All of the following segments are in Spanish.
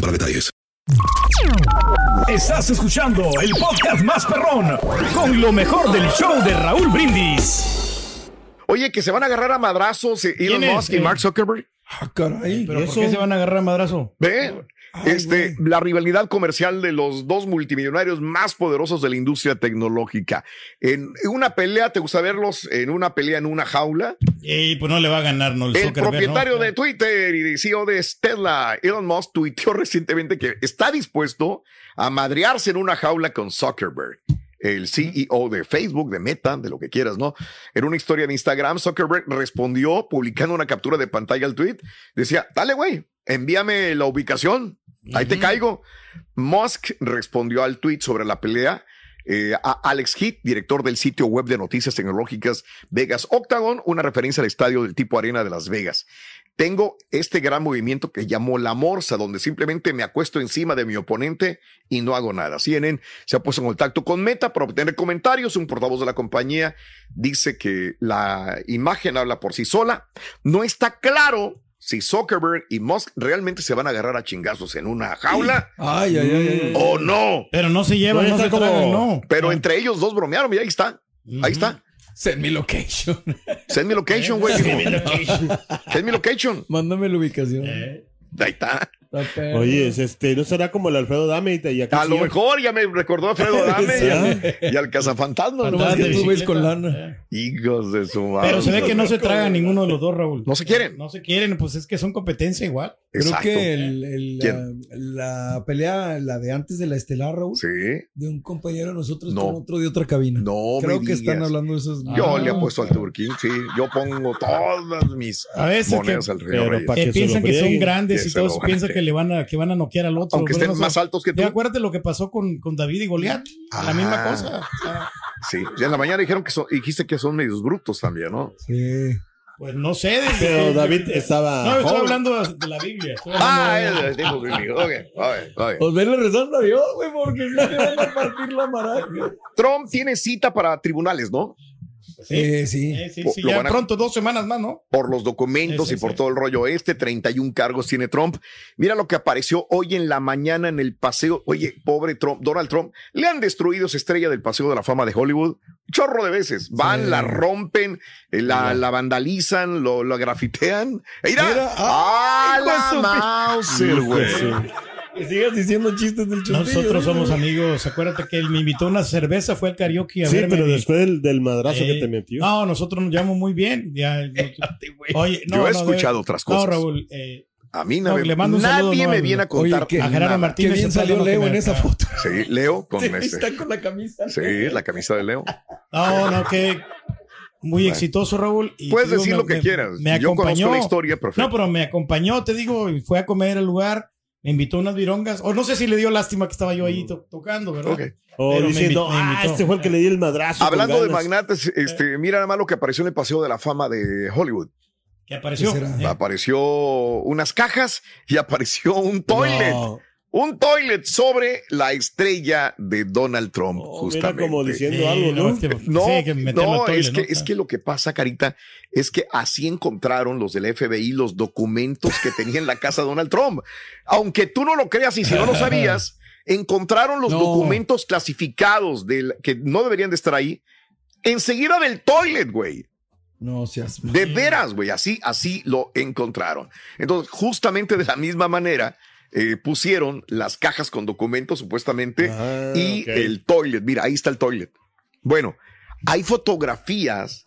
para detalles. Estás escuchando el podcast más perrón con lo mejor del show de Raúl Brindis. Oye, que se van a agarrar a madrazos eh, Elon ¿Quién es? Musk y Eh. Mark Zuckerberg. Ah, caray. ¿Pero ¿y por qué eso? se van a agarrar a madrazo? ¿Ve? Ay, Este, la rivalidad comercial de los dos multimillonarios más poderosos de la industria tecnológica. En una pelea, ¿te gusta verlos en una pelea en una jaula? Y pues no le va a ganar, no el, El Zuckerberg, propietario ¿no? de Twitter y de CEO de Tesla, Elon Musk, tuiteó recientemente que está dispuesto a madrearse en una jaula con Zuckerberg. El CEO de Facebook, de Meta, de lo que quieras, ¿no? En una historia de Instagram, Zuckerberg respondió publicando una captura de pantalla al tweet. Decía, dale, güey, envíame la ubicación. Ahí te caigo. Musk respondió al tweet sobre la pelea. eh, a Alex Heath, director del sitio web de noticias tecnológicas Vegas Octagon, una referencia al estadio del tipo Arena de Las Vegas. Tengo este gran movimiento que llamó la morsa, donde simplemente me acuesto encima de mi oponente y no hago nada. CNN se ha puesto en contacto con Meta para obtener comentarios. Un portavoz de la compañía dice que la imagen habla por sí sola. No está claro si Zuckerberg y Musk realmente se van a agarrar a chingazos en una jaula Ay, ay, ay, ay, ay. o no. Pero no se llevan, Pero no se está como- tragan, no. Pero entre ellos dos bromearon, mira, ahí está. Ahí está. Send me location. Send me location, güey. dijo. Send me location. Mándame la ubicación. Ahí está. Está perro. Oye, es este, ¿no será como el Alfredo Dame y, y aquí A lo sí, mejor ya me recordó a Fredo Dame y al, y al cazafantasma. ¿no? Nomás Andar de que tú ves bicicleta. con lana. Hijos de su madre. Pero se ve que no se tragan ninguno de los dos, Raúl. No se quieren. No se quieren, pues es que son competencia igual. Exacto. Creo que el, el, la, ¿Quién? la pelea, la de antes de la estelar, Raúl, Sí. de un compañero de nosotros No. con otro de otra cabina. No Creo me que están digas. hablando de esos. Yo Ah. le apuesto al turquín, sí. Yo pongo todas mis A veces monedas que- al río Pero Reyes. pa' Que que se piensan lo que son frieguen. grandes Que y se lo todos van a piensan que hacer. le van a, que van a noquear al otro. Aunque pero estén no sé. más altos que tú. Ya acuérdate lo que pasó con, con David y Goliat. La Ah. misma cosa. O sea, Sí. Ya en la mañana dijeron que son, dijiste que son medios brutos también, ¿no? Sí. pues no sé. de- Pero David No, estaba. yo estoy joven. hablando de la Biblia. estoy Ah, hablando de- es- dijo que- ok, ok, ok. Pues venle rezando a Dios, güey, porque no te van a partir la maraca. Trump tiene cita para tribunales, ¿no? Sí, Eh, sí. sí, sí, Lo- sí, lo ya van a- pronto, dos semanas más, ¿no? por los documentos Sí, sí, y por sí. todo el rollo este, 31 cargos tiene Trump. Mira lo que apareció hoy en la mañana en el paseo. Oye, pobre Trump, Donald Trump, le han destruido esa estrella del Paseo de la Fama de Hollywood. Chorro de veces. Van, Sí. la rompen, eh, la, la vandalizan, lo, lo grafitean. Mira, Mira, ¡A ah, ay, la hijo Mauser, güey! Que sigas diciendo chistes del chupillo. Nosotros somos amigos. Acuérdate que él me invitó una cerveza, fue al karaoke a Sí, verme. pero después del, del madrazo Eh, que te metió. Ah, No, nosotros nos llevamos muy bien. Ya, no- oye, no, Yo he no, escuchado de- otras No, cosas. Raúl, eh, A mí no No, me- le mando un nadie saludo, no, me al- viene a Oye, contar que- a Gerardo nada. Qué Martínez. bien está salió hablando Leo que en me- esa foto. Sí, Leo con Sí, este. está con la camisa. Sí, la camisa de Leo. No, no, que muy Bueno. exitoso, Raúl. y Puedes te digo, decir me- lo que me- quieras. Me Yo acompañó. conozco la historia, perfecto. No, pues, pero me acompañó, te digo, y fue a comer al lugar, me invitó unas virongas. O no sé si le dio lástima que estaba yo ahí to- tocando, ¿verdad? Mm. Ok. o pero me diciendo, invi- me ah, invitó". este fue el que le di el madrazo. con Hablando de ganas". Eh. magnates, este, mira nada más lo que apareció en el Paseo de la Fama de Hollywood. Que apareció. ¿Qué será? Eh, Apareció unas cajas y apareció un toilet. No. Un toilet sobre la estrella de Donald Trump, Oh, mira justamente. como diciendo eh, algo, ¿no? este- No, sí, que meterlo no, al toilet, es, que, ¿no? es que lo que pasa, Carita, es que así encontraron los del FBI los documentos que tenía en la casa de Donald Trump. Aunque tú no lo creas y si no lo sabías, encontraron los No. documentos clasificados del, que no deberían de estar ahí enseguida del toilet, güey. No seas De veras, güey, así, así lo encontraron. Entonces, justamente de la misma manera, eh, pusieron las cajas con documentos supuestamente Ah, y ok. el toilet. Mira, ahí está el toilet. Bueno, hay fotografías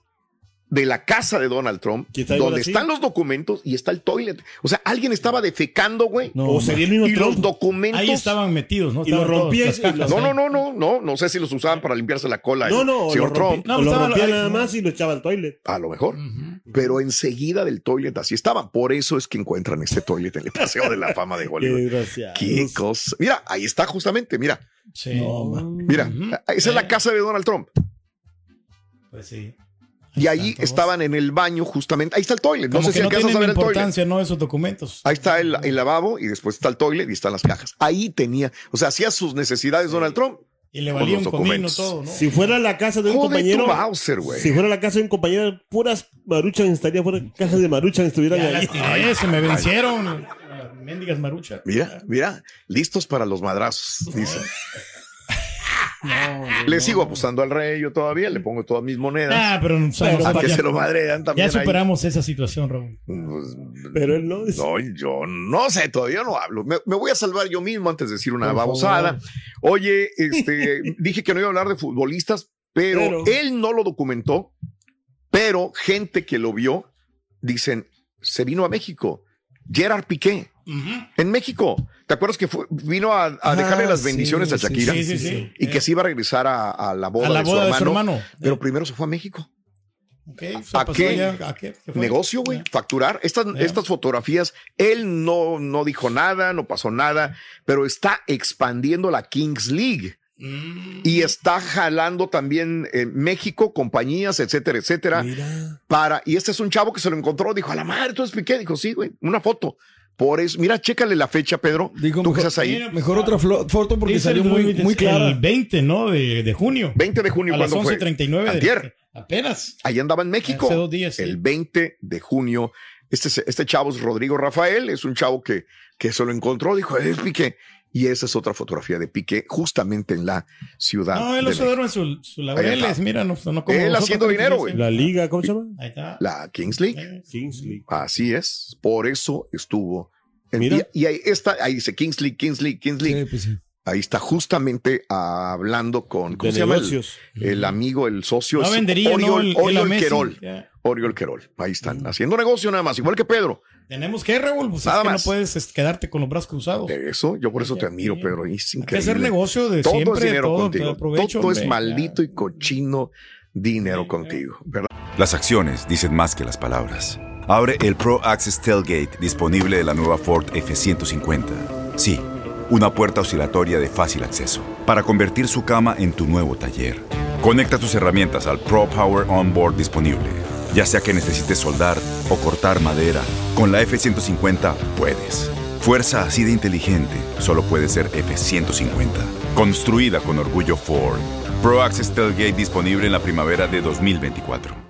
de la casa de Donald Trump Quizá igual donde así. están los documentos y está el toilet. O sea, alguien estaba defecando, güey. No, o sería el mismo y los Trump. documentos. Ahí estaban metidos, ¿no? Y lo Estaban todos, rompí las y cajas. lo- No, no, no, no, no, no sé si los usaban para limpiarse la cola. No, el no, señor lo Trump, rompí, No, lo estaba- rompía ay, nada no. más y lo echaba al toilet. a lo mejor. Ujú. Pero enseguida del toilet así estaba. Por eso es que encuentran este toilet en el Paseo de la Fama de Qué Hollywood. desgraciado. Qué cosa. Mira, ahí está justamente, mira, Sí. No, ma. mira. Ujú. Esa es Eh. la casa de Donald Trump. Pues sí. Y ahí están todos. estaban en el baño justamente. Ahí está el toilet. No Como sé si que no alcanzas a tienen ver el toilet. importancia, ¿no? Esos documentos. Ahí está el, el lavabo y después está el toilet y están las cajas. Ahí tenía, o sea, hacía sus necesidades Donald Trump. Y le valía los un comino documentos. todo, ¿no? Si fuera la casa de un Joder, tu compañero. Bowser, güey. Si fuera la casa de un compañero, puras maruchan estaría fuera cajas de maruchan estuvieran Ya ahí. las tiré, se me vencieron. Méndigas marucha. Mira, mira, listos para los madrazos, dice. No, güey, Le no, sigo no. apostando al rey yo todavía, le pongo todas mis monedas. Ah, pero o sea, a nosotros que ya, se lo madrean ya también. ahí. superamos esa situación, Raúl. Pues, Pero él no. no, yo no sé, todavía no hablo. Me, me voy a salvar yo mismo antes de decir una Por babosada. Oye, este, dije que no iba a hablar de futbolistas, pero, Pero- él no lo documentó, pero gente que lo vio dicen, se vino a México. Gerard Piqué, en México. ¿Te acuerdas que fue- vino a, a dejarle Ah, las sí, bendiciones sí, a Shakira? sí, sí, sí. Y que se iba a regresar a, a la boda, A la boda de su hermano. Pero primero se fue a México. Ok, se Eh, ¿A pasó qué? allá, ¿a qué? ¿Qué fue? negocio, güey, Ya. facturar. Estas, Ya. estas fotografías, él no, no dijo nada, no pasó nada, pero está expandiendo la Kings League Mm. y está jalando también eh, México, compañías, etcétera, etcétera, Mira. para. Y este es un chavo que se lo encontró, dijo a la madre, tú expliqué, dijo, sí, güey, una foto. Por eso, mira, chécale la fecha, Pedro. Digo, tú que mejor- estás ahí. Mira, pues, Mejor otra flo- foto porque Dice salió el muy, Luis muy que clara. El 20, ¿no? De, de junio. 20 de junio, a las cuando fue? 11.39 de Antier. Apenas. Ahí andaba en México. Hace dos días. sí. el 20 de junio. Este, es- este chavo es Rodrigo Rafael, es un chavo que, que se lo encontró, dijo, es Piqué. Y esa es otra fotografía de Piqué, justamente en la ciudad. No, de él usó México. Ah, en su, su Ahí laureles. está. Mira, no, no como Él nosotros, haciendo ¿no? dinero, Sí, güey. sí. La liga, ¿cómo se llama? Ahí está. La Kings League. Eh, Kingsley. Así es. Por eso estuvo. en- Mira. Y, y ahí está, ahí dice Kings League, Kings League, Kings League. Sí, pues sí. Ahí está justamente hablando con, ¿cómo De se llama? el- negocios. El, amigo, el socio. No es vendería, ¿no? Oriol- El, el a Oriol Messi. Querol. Ya. Oriol Querol. Ahí están, haciendo negocio nada más, igual que Pedro. Tenemos que, Raúl. Pues Nada es que más. no puedes es, quedarte con los brazos cruzados. De eso, yo por eso te admiro, Sí. Pedro. Es Hay que hacer increíble. negocio de todo siempre. es dinero todo, contigo. aprovecho, todo es hombre, maldito ya. y cochino dinero Sí, contigo, ¿verdad? Las acciones dicen más que las palabras. Abre el Pro Access Tailgate disponible de la nueva Ford F-150. Sí, una puerta oscilatoria de fácil acceso para convertir su cama en tu nuevo taller. Conecta tus herramientas al Pro Power Onboard disponible. Ya sea que necesites soldar o cortar madera, con la F-150 puedes. Fuerza así de inteligente solo puede ser F-150. Construida con orgullo Ford. Pro Access Tailgate disponible en la primavera de 2024.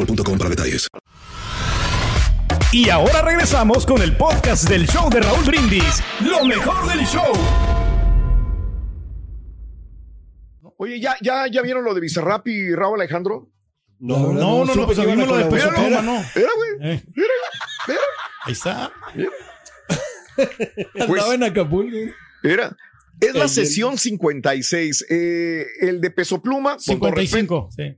para detalles. Y ahora regresamos con el podcast del show de Raúl Brindis. Lo mejor del show. Oye, ¿ya, ya, ya vieron lo de Bizarrap y Raúl Alejandro? La No, verdad, No, no, supe no, pues que vimos iban a lo de Peso colaborar. Pluma, no. Era, güey. Eh. Ahí está. Pues, Andaba en Acapulco. era. Es la El- sesión 56. Eh, el de Peso Pluma. con todo respeto- 55. Sí.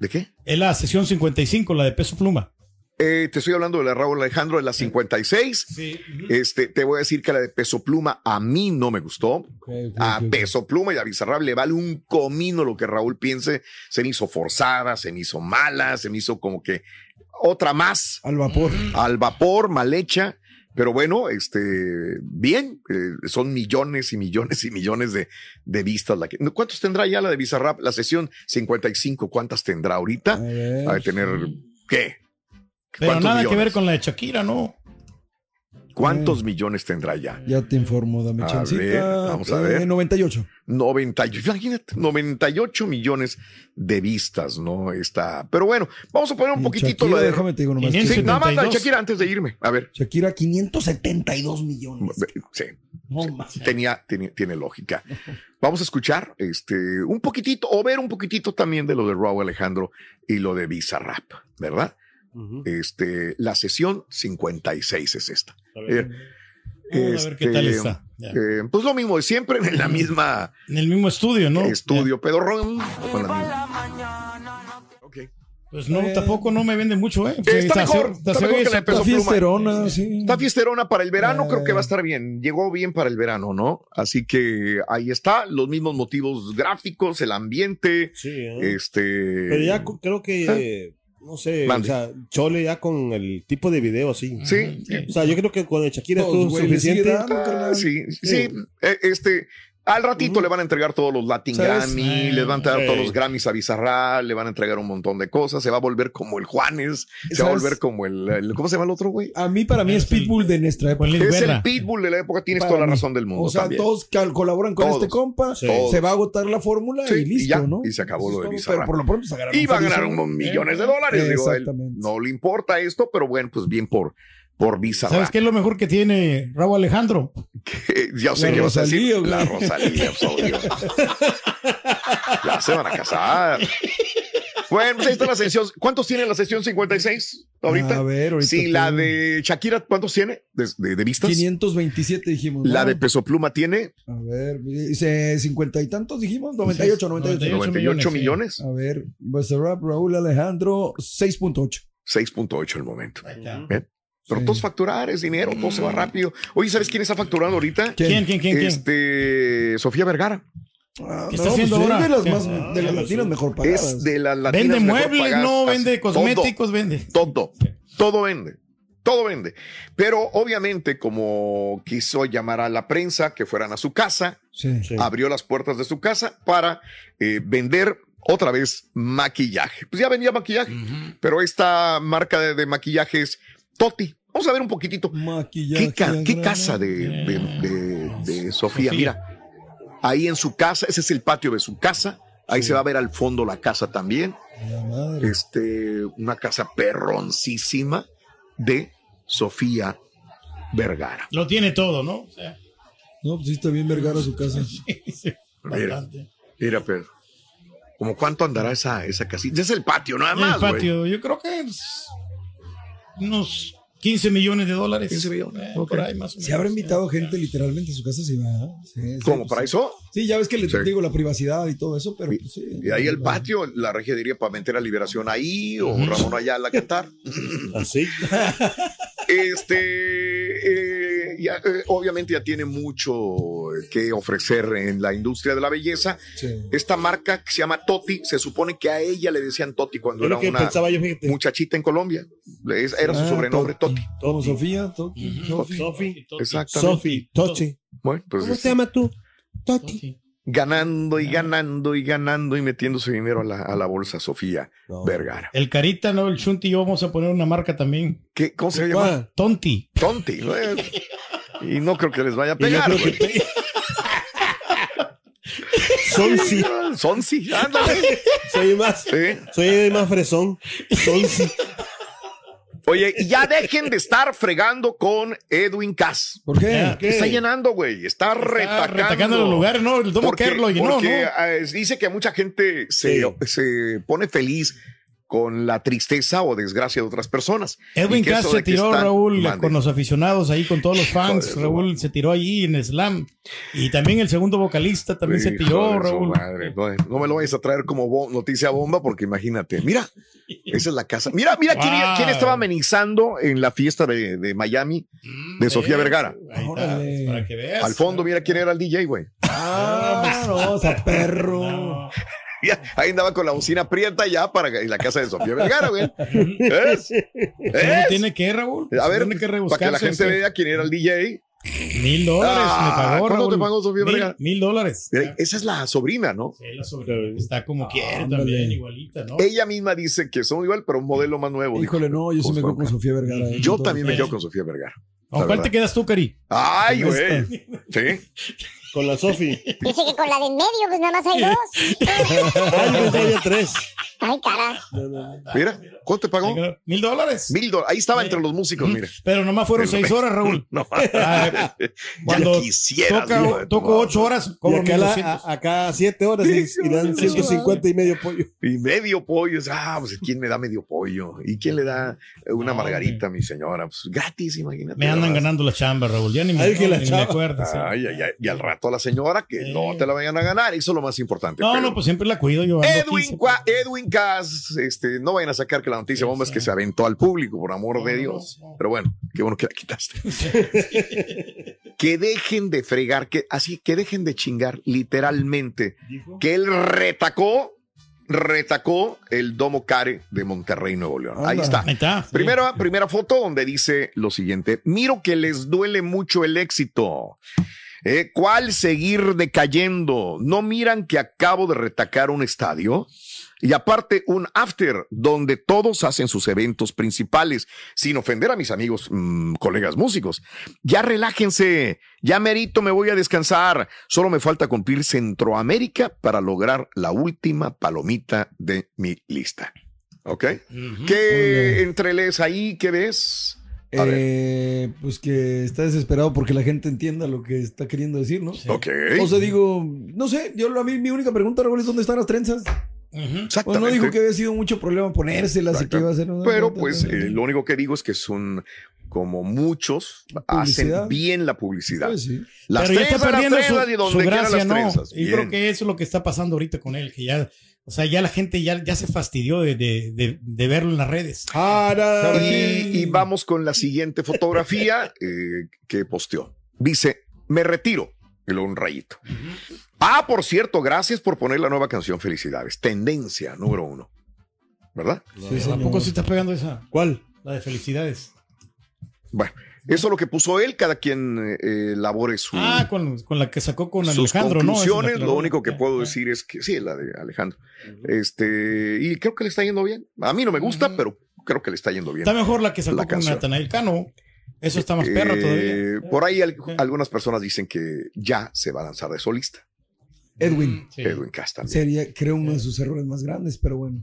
¿De qué? Es la sesión 55, la de Peso Pluma. Eh, te estoy hablando de la Raúl Alejandro, de la 56. Sí. Este, te voy a decir que la de Peso Pluma a mí no me gustó. A Peso Pluma y a Bizarrap le vale un comino lo que Raúl piense. Se me hizo forzada, se me hizo mala, se me hizo como que otra más. Al vapor. al vapor, mal hecha. Pero bueno, este, bien, eh, son millones y millones y millones de, de vistas. La que, ¿Cuántos tendrá ya la de Bizarrap? La sesión 55, ¿cuántas tendrá A ahorita? ver. Va a tener, ¿qué? Ah, Pero ¿Cuántos nada que millones? ver con la de Shakira, ¿no? ¿Cuántos millones tendrá ya? Ya te informo, dame A chancita. ver, vamos a Eh, ver. 98. 90, y- imagínate, 98 millones de vistas, ¿no? Está. Pero bueno, vamos a poner un Y poquitito Shakira, lo de. Déjame te digo nomás. Sí, Sí, Shakira- nada más la de 72. Shakira antes de irme. A ver. Shakira, 572 millones. Sí, No, más. tenía, tiene, tiene lógica. Vamos a escuchar este, un poquitito o ver un poquitito también de lo de Raúl Alejandro y lo de Bizarrap, ¿verdad? Ujú. Este, la sesión 56 es esta. A ver. Vamos a ver qué Este, tal está. Ya. Eh, pues lo mismo de siempre en la misma En el mismo estudio, ¿no? estudio, pero ron- con la misma. Ok. Ya. Pues no, tampoco no me vende mucho, ¿eh? está se- mejor, está se- mejor que la se- de Peso Pluma. Está fiesterona, sí. Está fiesterona para el verano, creo que Eh. va a estar bien. Llegó bien para el verano, ¿no? Así que ahí está, los mismos motivos gráficos, el ambiente, Sí, ¿eh? este... Ah. Pero ya cu- creo que, eh, no sé, Mande. o sea, Chole ya con el tipo de video así. Sí, O sea, yo creo que con el Shakira Todos, estuvo güey, le sigue suficiente. dando, carnal. sí, sí, eh, este... Al ratito Ujú. le van a entregar todos los Latin ¿Sabes? Grammy, les van a entregar Ey. todos los Grammys a Bizarra, le van a entregar un montón de cosas, se va a volver como el Juanes, se va a ¿Sabes? volver como el, el- ¿cómo se llama el otro güey? A mí, para mí, es Es el- Pitbull de nuestra época. Juan Luis Es el Guerra. Pitbull de la época, tienes Para toda la mí. razón del mundo. O sea, también. todos cal- colaboran con Todos. este compa. Sí. Todos. Se va a agotar la fórmula Sí, y listo, ya, ¿no? y se acabó lo de Eso es todo, Bizarrap. Pero por lo pronto se agarraron Y va a feliz, ganar ¿no? unos millones de dólares. Digo, él ¿eh? Exactamente. no le importa esto, pero bueno, pues bien por, por Visa. ¿Sabes qué es lo mejor que tiene Raúl Alejandro? Ya sé La qué vas a decir. Rosalía, güey. La Rosalía, pues, obvio. Ya se van a casar. Bueno, pues ahí está la sesión. ¿Cuántos tiene la sesión 56 ahorita? A ver, Ah, ahorita. sí, la tengo. de Shakira, ¿cuántos tiene de, de- de vistas? 527 dijimos. La ¿no? de Peso Pluma tiene A ver, dice 50 y tantos dijimos, 98, 98. 98 98 millones, millones, A ver, Bizarrap, Raúl Alejandro, 6.8. 6.8 el momento. Ahí está. Pero Sí. Mm. todos facturar es dinero, todo se va rápido. Oye, ¿sabes quién está facturando ahorita? ¿Quién, quién, quién, quién? Este, Sofía Vergara. Ah, ¿Qué está haciendo pues, ahora? Es de las, ¿Qué? más, de las Ah, latinas sí. mejor pagadas. pues, Es de las latinas Vende mejor muebles, pagadas. no, vende Así, cosméticos, vende. Todo, todo, todo vende. Todo vende. Pero obviamente, como quiso llamar a la prensa que fueran a su casa, Sí. Ah, Sí. abrió las puertas de su casa para eh, vender otra vez maquillaje. Pues ya vendía maquillaje, pero esta marca de, de maquillaje es Toti. Vamos a ver un poquitito. Maquillaje. ¿Qué, ca- qué grande. casa de, de- de- de Sofía? Sofía. Mira, ahí en su casa, ese es el patio de su casa. Ahí se va a ver al fondo la casa también. La madre. Este, una casa perroncísima de Sofía Vergara. Lo tiene todo, ¿no? O sea, No, pues sí está bien Vergara su casa. Mira, bastante. mira, Pedro. ¿Cómo cuánto andará esa, esa casita? Es el patio, nada El más. güey. patio, yo creo que es unos 15 millones de dólares. 15 millones, Eh, ok. Por ahí más o menos. Se habrá invitado gente literalmente a su casa, sí, va. Sí, sí, ¿Cómo pues, para sí. eso? Sí, ya ves que le Sí. digo la privacidad y todo eso, pero pues, sí. Y ahí el patio, la regia diría para meter a Liberación ahí o Ramón Ayala a cantar. Así. Este, eh, ya, eh, obviamente ya tiene mucho eh, que ofrecer en la industria de la belleza. Sí. Esta marca que se llama Toti, se supone que a ella le decían Toti cuando Es era lo que una pensaba yo, fíjate. muchachita en Colombia. Es- Era su Ah, sobrenombre Toti. Como Sofía, to- Sofi. Sofi. Exactamente. Sofi. Tochi. Bueno, pues ¿Cómo es- se llama Ah. tú? Toti. Sí. ganando y ganando y ganando y metiendo su dinero a la, a la bolsa Sofía No. Vergara. eh. El Carita, ¿no? El Chunti y yo vamos a poner una marca también. ¿Qué, ¿Cómo se llama? Ah, Tonti. Tonti. ¿no? Y no creo que les vaya a y yo pegar. creo güey. que pe- Soy sí. Sonsi, ándale. Soy más. Sí. Soy el más fresón. Soy sí. Oye, y ya dejen de estar fregando con Edwin Cass. ¿Por qué? Ya. ¿Qué? Está llenando, güey. Está, Está retacando. retacando los lugares, ¿no? El Domo Porque, Kerr lo llenó, porque, ¿no? eh, dice que mucha gente se, Sí. se pone feliz con la tristeza o desgracia de otras personas. Edwin Y que eso Cass de se que tiró, están- Raúl, Mande. con los aficionados ahí, con todos los fans. Híjole, Raúl se tiró allí en Slam. Y también el segundo vocalista también se Hijo de tiró, su Raúl. madre. No, no me lo vayas a traer como bo- noticia bomba porque imagínate. Mira, esa es la casa. Mira, mira quién, Wow. quién estaba amenizando en la fiesta de, de Miami Mm, de Sofía eh, Vergara. Ahí está, pues, Órale. para que veas. Al fondo, mira quién era el DJ, güey. Ah, no, o sea, perro. No. Ya, ahí andaba con la bocina prieta ya para en la casa de Sofía Vergara, güey. ¿Ves? ¿Cómo ¿Ves? tiene que, Raúl? A ver, tiene que para que la rebuscarse. gente ese. vea quién era el DJ. Mil dólares Ah, me pagó, ¿cuánto Raúl. te pagó Sofía Mil- Vergara? Mil dólares. Ah, pues, Mira, Esa es la sobrina, ¿no? Sí, la sobre- Está como Ah, quiere ándale. también, igualita, ¿no? Ella misma dice que son igual, pero un modelo más nuevo. dijo. Híjole, no, yo sí me quedo con Sofía Vergara. eh, Pues, Yo todo. también me Sí. quedo con Sofía Vergara. ¿Con cuál te quedas tú, Cari? Ay, Con güey. Sí. Con la Sofi. Dice que con la de en medio, pues nada más hay dos. Ay, no había tres. Ay, cara. No, no, no. Mira, ¿cuánto te pagó? ¿Mil dólares? Mil dólares. Ahí estaba entre los músicos, mira. Pero nomás fueron seis horas, Raúl. No, Ah, Cuando ya quisieras, hijo de toca, tu toco madre. ocho horas, Y cobro acá, mil la- doscientos. a- acá siete horas y, y dan 150 y medio pollo. Y medio pollo. Ah, pues ¿quién me da medio pollo? ¿Y quién le da una margarita, mi señora? Pues gratis, imagínate. Me andan nada más. ganando la chamba, Raúl. Ya ni me, Ay, que la ni me chava. acuerdo. sí. Ay, ay, ay. Y al rato a la señora que Sí. no te la vayan a ganar. Eso es lo más importante. No, pero- no, pues siempre la cuido yo. ando Edwin, 15, Qua- Edwin Cas, este, no vayan a sacar que la noticia bomba es que se aventó al público, por amor de No, Dios. no, no. Pero bueno, qué bueno que la quitaste. que dejen de fregar, que así, que dejen de chingar, literalmente. Que él retacó, retacó el Domo Care de Monterrey, Nuevo León. Ahí Anda. está. Ahí está. sí. Primera, primera foto donde dice lo siguiente: Miro que les duele mucho el éxito. Eh, ¿Cuál seguir decayendo? ¿No miran que acabo de retacar un estadio? Y aparte un after donde todos hacen sus eventos principales, sin ofender a mis amigos, mm, colegas músicos. Ya relájense, ya merito me voy a descansar. Solo me falta cumplir Centroamérica para lograr la última palomita de mi lista. ¿Ok? ¿Qué entreles ahí? ¿Qué ves? A ver. Eh, pues que está desesperado porque la gente entienda lo que está queriendo decir, ¿no? Sí. Ok. O sea, digo, no sé, yo a mí mi única pregunta, Raúl, es dónde están las trenzas. Ujú. Pues Exactamente. no dijo que había sido mucho problema ponérselas y que iba a ser. Pero pues eh, lo único que digo es que son como muchos Publicidad. hacen bien la publicidad. Pues sí. Las Pero ya está trenzas, las perdiendo trenzas y su, su donde quieran gracia, las ¿no? trenzas. Y Bien. creo que eso es lo que está pasando ahorita con él, que ya, o sea, ya la gente ya, ya se fastidió de, de, de- de verlo en las redes. Y, y vamos con la siguiente fotografía eh, que posteó. Dice, me retiro. Y luego un rayito. Ah, por cierto, gracias por poner la nueva canción Felicidades. Tendencia número uno. ¿Verdad? Sí, señor. Tampoco se está pegando esa, ¿Cuál? la de felicidades. Bueno, eso es lo que puso él. Cada quien eh, elabore su, Ah, con, con la que sacó con sus Alejandro, ¿no? Esa es la conclusiones, que- lo único que Ah, puedo ah. decir es que sí, la de Alejandro. Este, y creo que le está yendo bien. A mí no me gusta, Ujú. pero creo que le está yendo bien. Está mejor la que sacó La con canción. Natanael Cano. Eso está más perro Eh, todavía. Por ahí al- Sí. algunas personas dicen que ya se va a lanzar de solista, Edwin Sí. Edwin Cass también. sería, creo, uno de sus errores más grandes, pero bueno.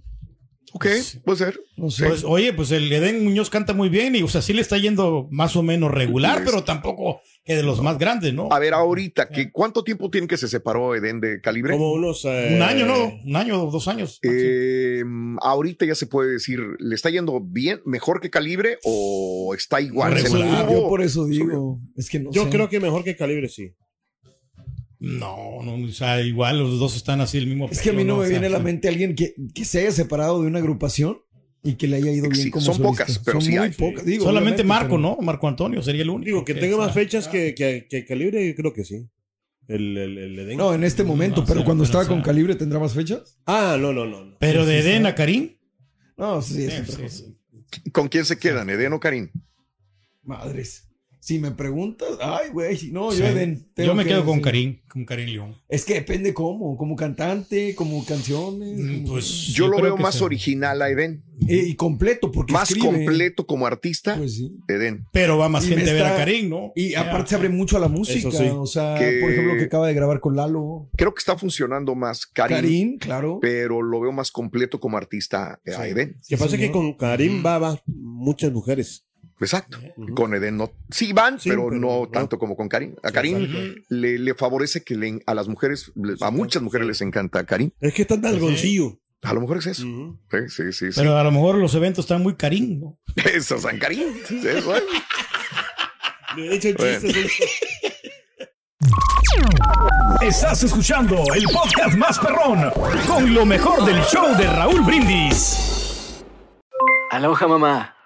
Ok, puede ser. No sé. Pues, oye, pues el Edén Muñoz canta muy bien y, o sea, sí le está yendo más o menos regular, Pues- pero tampoco que de los más grandes, ¿no? A ver, ahorita, ¿qué, ¿cuánto tiempo tiene que se separó Edén de Calibre? Como unos. eh, Un año, ¿no? Un año, o dos años. Eh, ahorita ya se puede decir, ¿le está yendo bien, mejor que Calibre o está igual? Se Regular. mantuvo. yo por eso digo, es que no Yo sé. creo que mejor que Calibre, sí. No, no, o sea, igual los dos están así el mismo. Es que a mí pelo, no ¿no? me O sea, viene a la mente alguien que, que se haya separado de una agrupación y que le haya ido bien Sí, como son solista. pocas, pero Son sí muy hay. pocas, digo, Solamente obviamente, Marco, pero- ¿no? Marco Antonio sería el único. Digo, que tenga está- más fechas que, que, que Calibre, creo que sí. El, el, el Edén. No, en este momento, No, pero sí, cuando pero estaba sí. con Calibre tendrá más fechas. Ah, no, no, no. no. Pero de Sí, sí, Edén sí. a Karim. No, sí, es eh, otra sí, cosa. sí. ¿Con quién se quedan, Edén o Karim? Madres. Si me preguntas, ay, güey, no, Sí. yo Eden, tengo Yo me que- quedo con sí. Karim, con Karim León. Es que depende cómo, como cantante, como canciones. como- Pues Yo lo creo veo que más se- original a Edén, Eh, y completo, porque más escribe. ¿eh? completo como artista, Pues sí. Edén. Pero va más Y gente a ver a está- Karim, ¿no? Y Ya. aparte se abre mucho a la música. Eso sí. O sea, Que- por ejemplo, lo que acaba de grabar con Lalo. Creo que está funcionando más Karim, Karim, claro. pero lo veo más completo como artista eh, a Sí. Mm. Edén. que pasa señor. que con Karim va, va muchas mujeres. Exacto. Ujú. Con Edén no. Sí van, Sí, pero, pero no no. tanto como con Karim. A Karim Ujú. le, le favorece que le- a las mujeres, le- a muchas mujeres les encanta Karim. Es que Pues está tan algoncillo. A lo mejor es eso. Ujú. Sí, sí, sí. sí. Pero a lo mejor los eventos están muy Karim, ¿no? Eso, San Karim. Sí, eso es. Le he hecho Bueno. chistes. Estás escuchando el podcast más perrón con lo mejor del show de Raúl Brindis. Aloha mamá.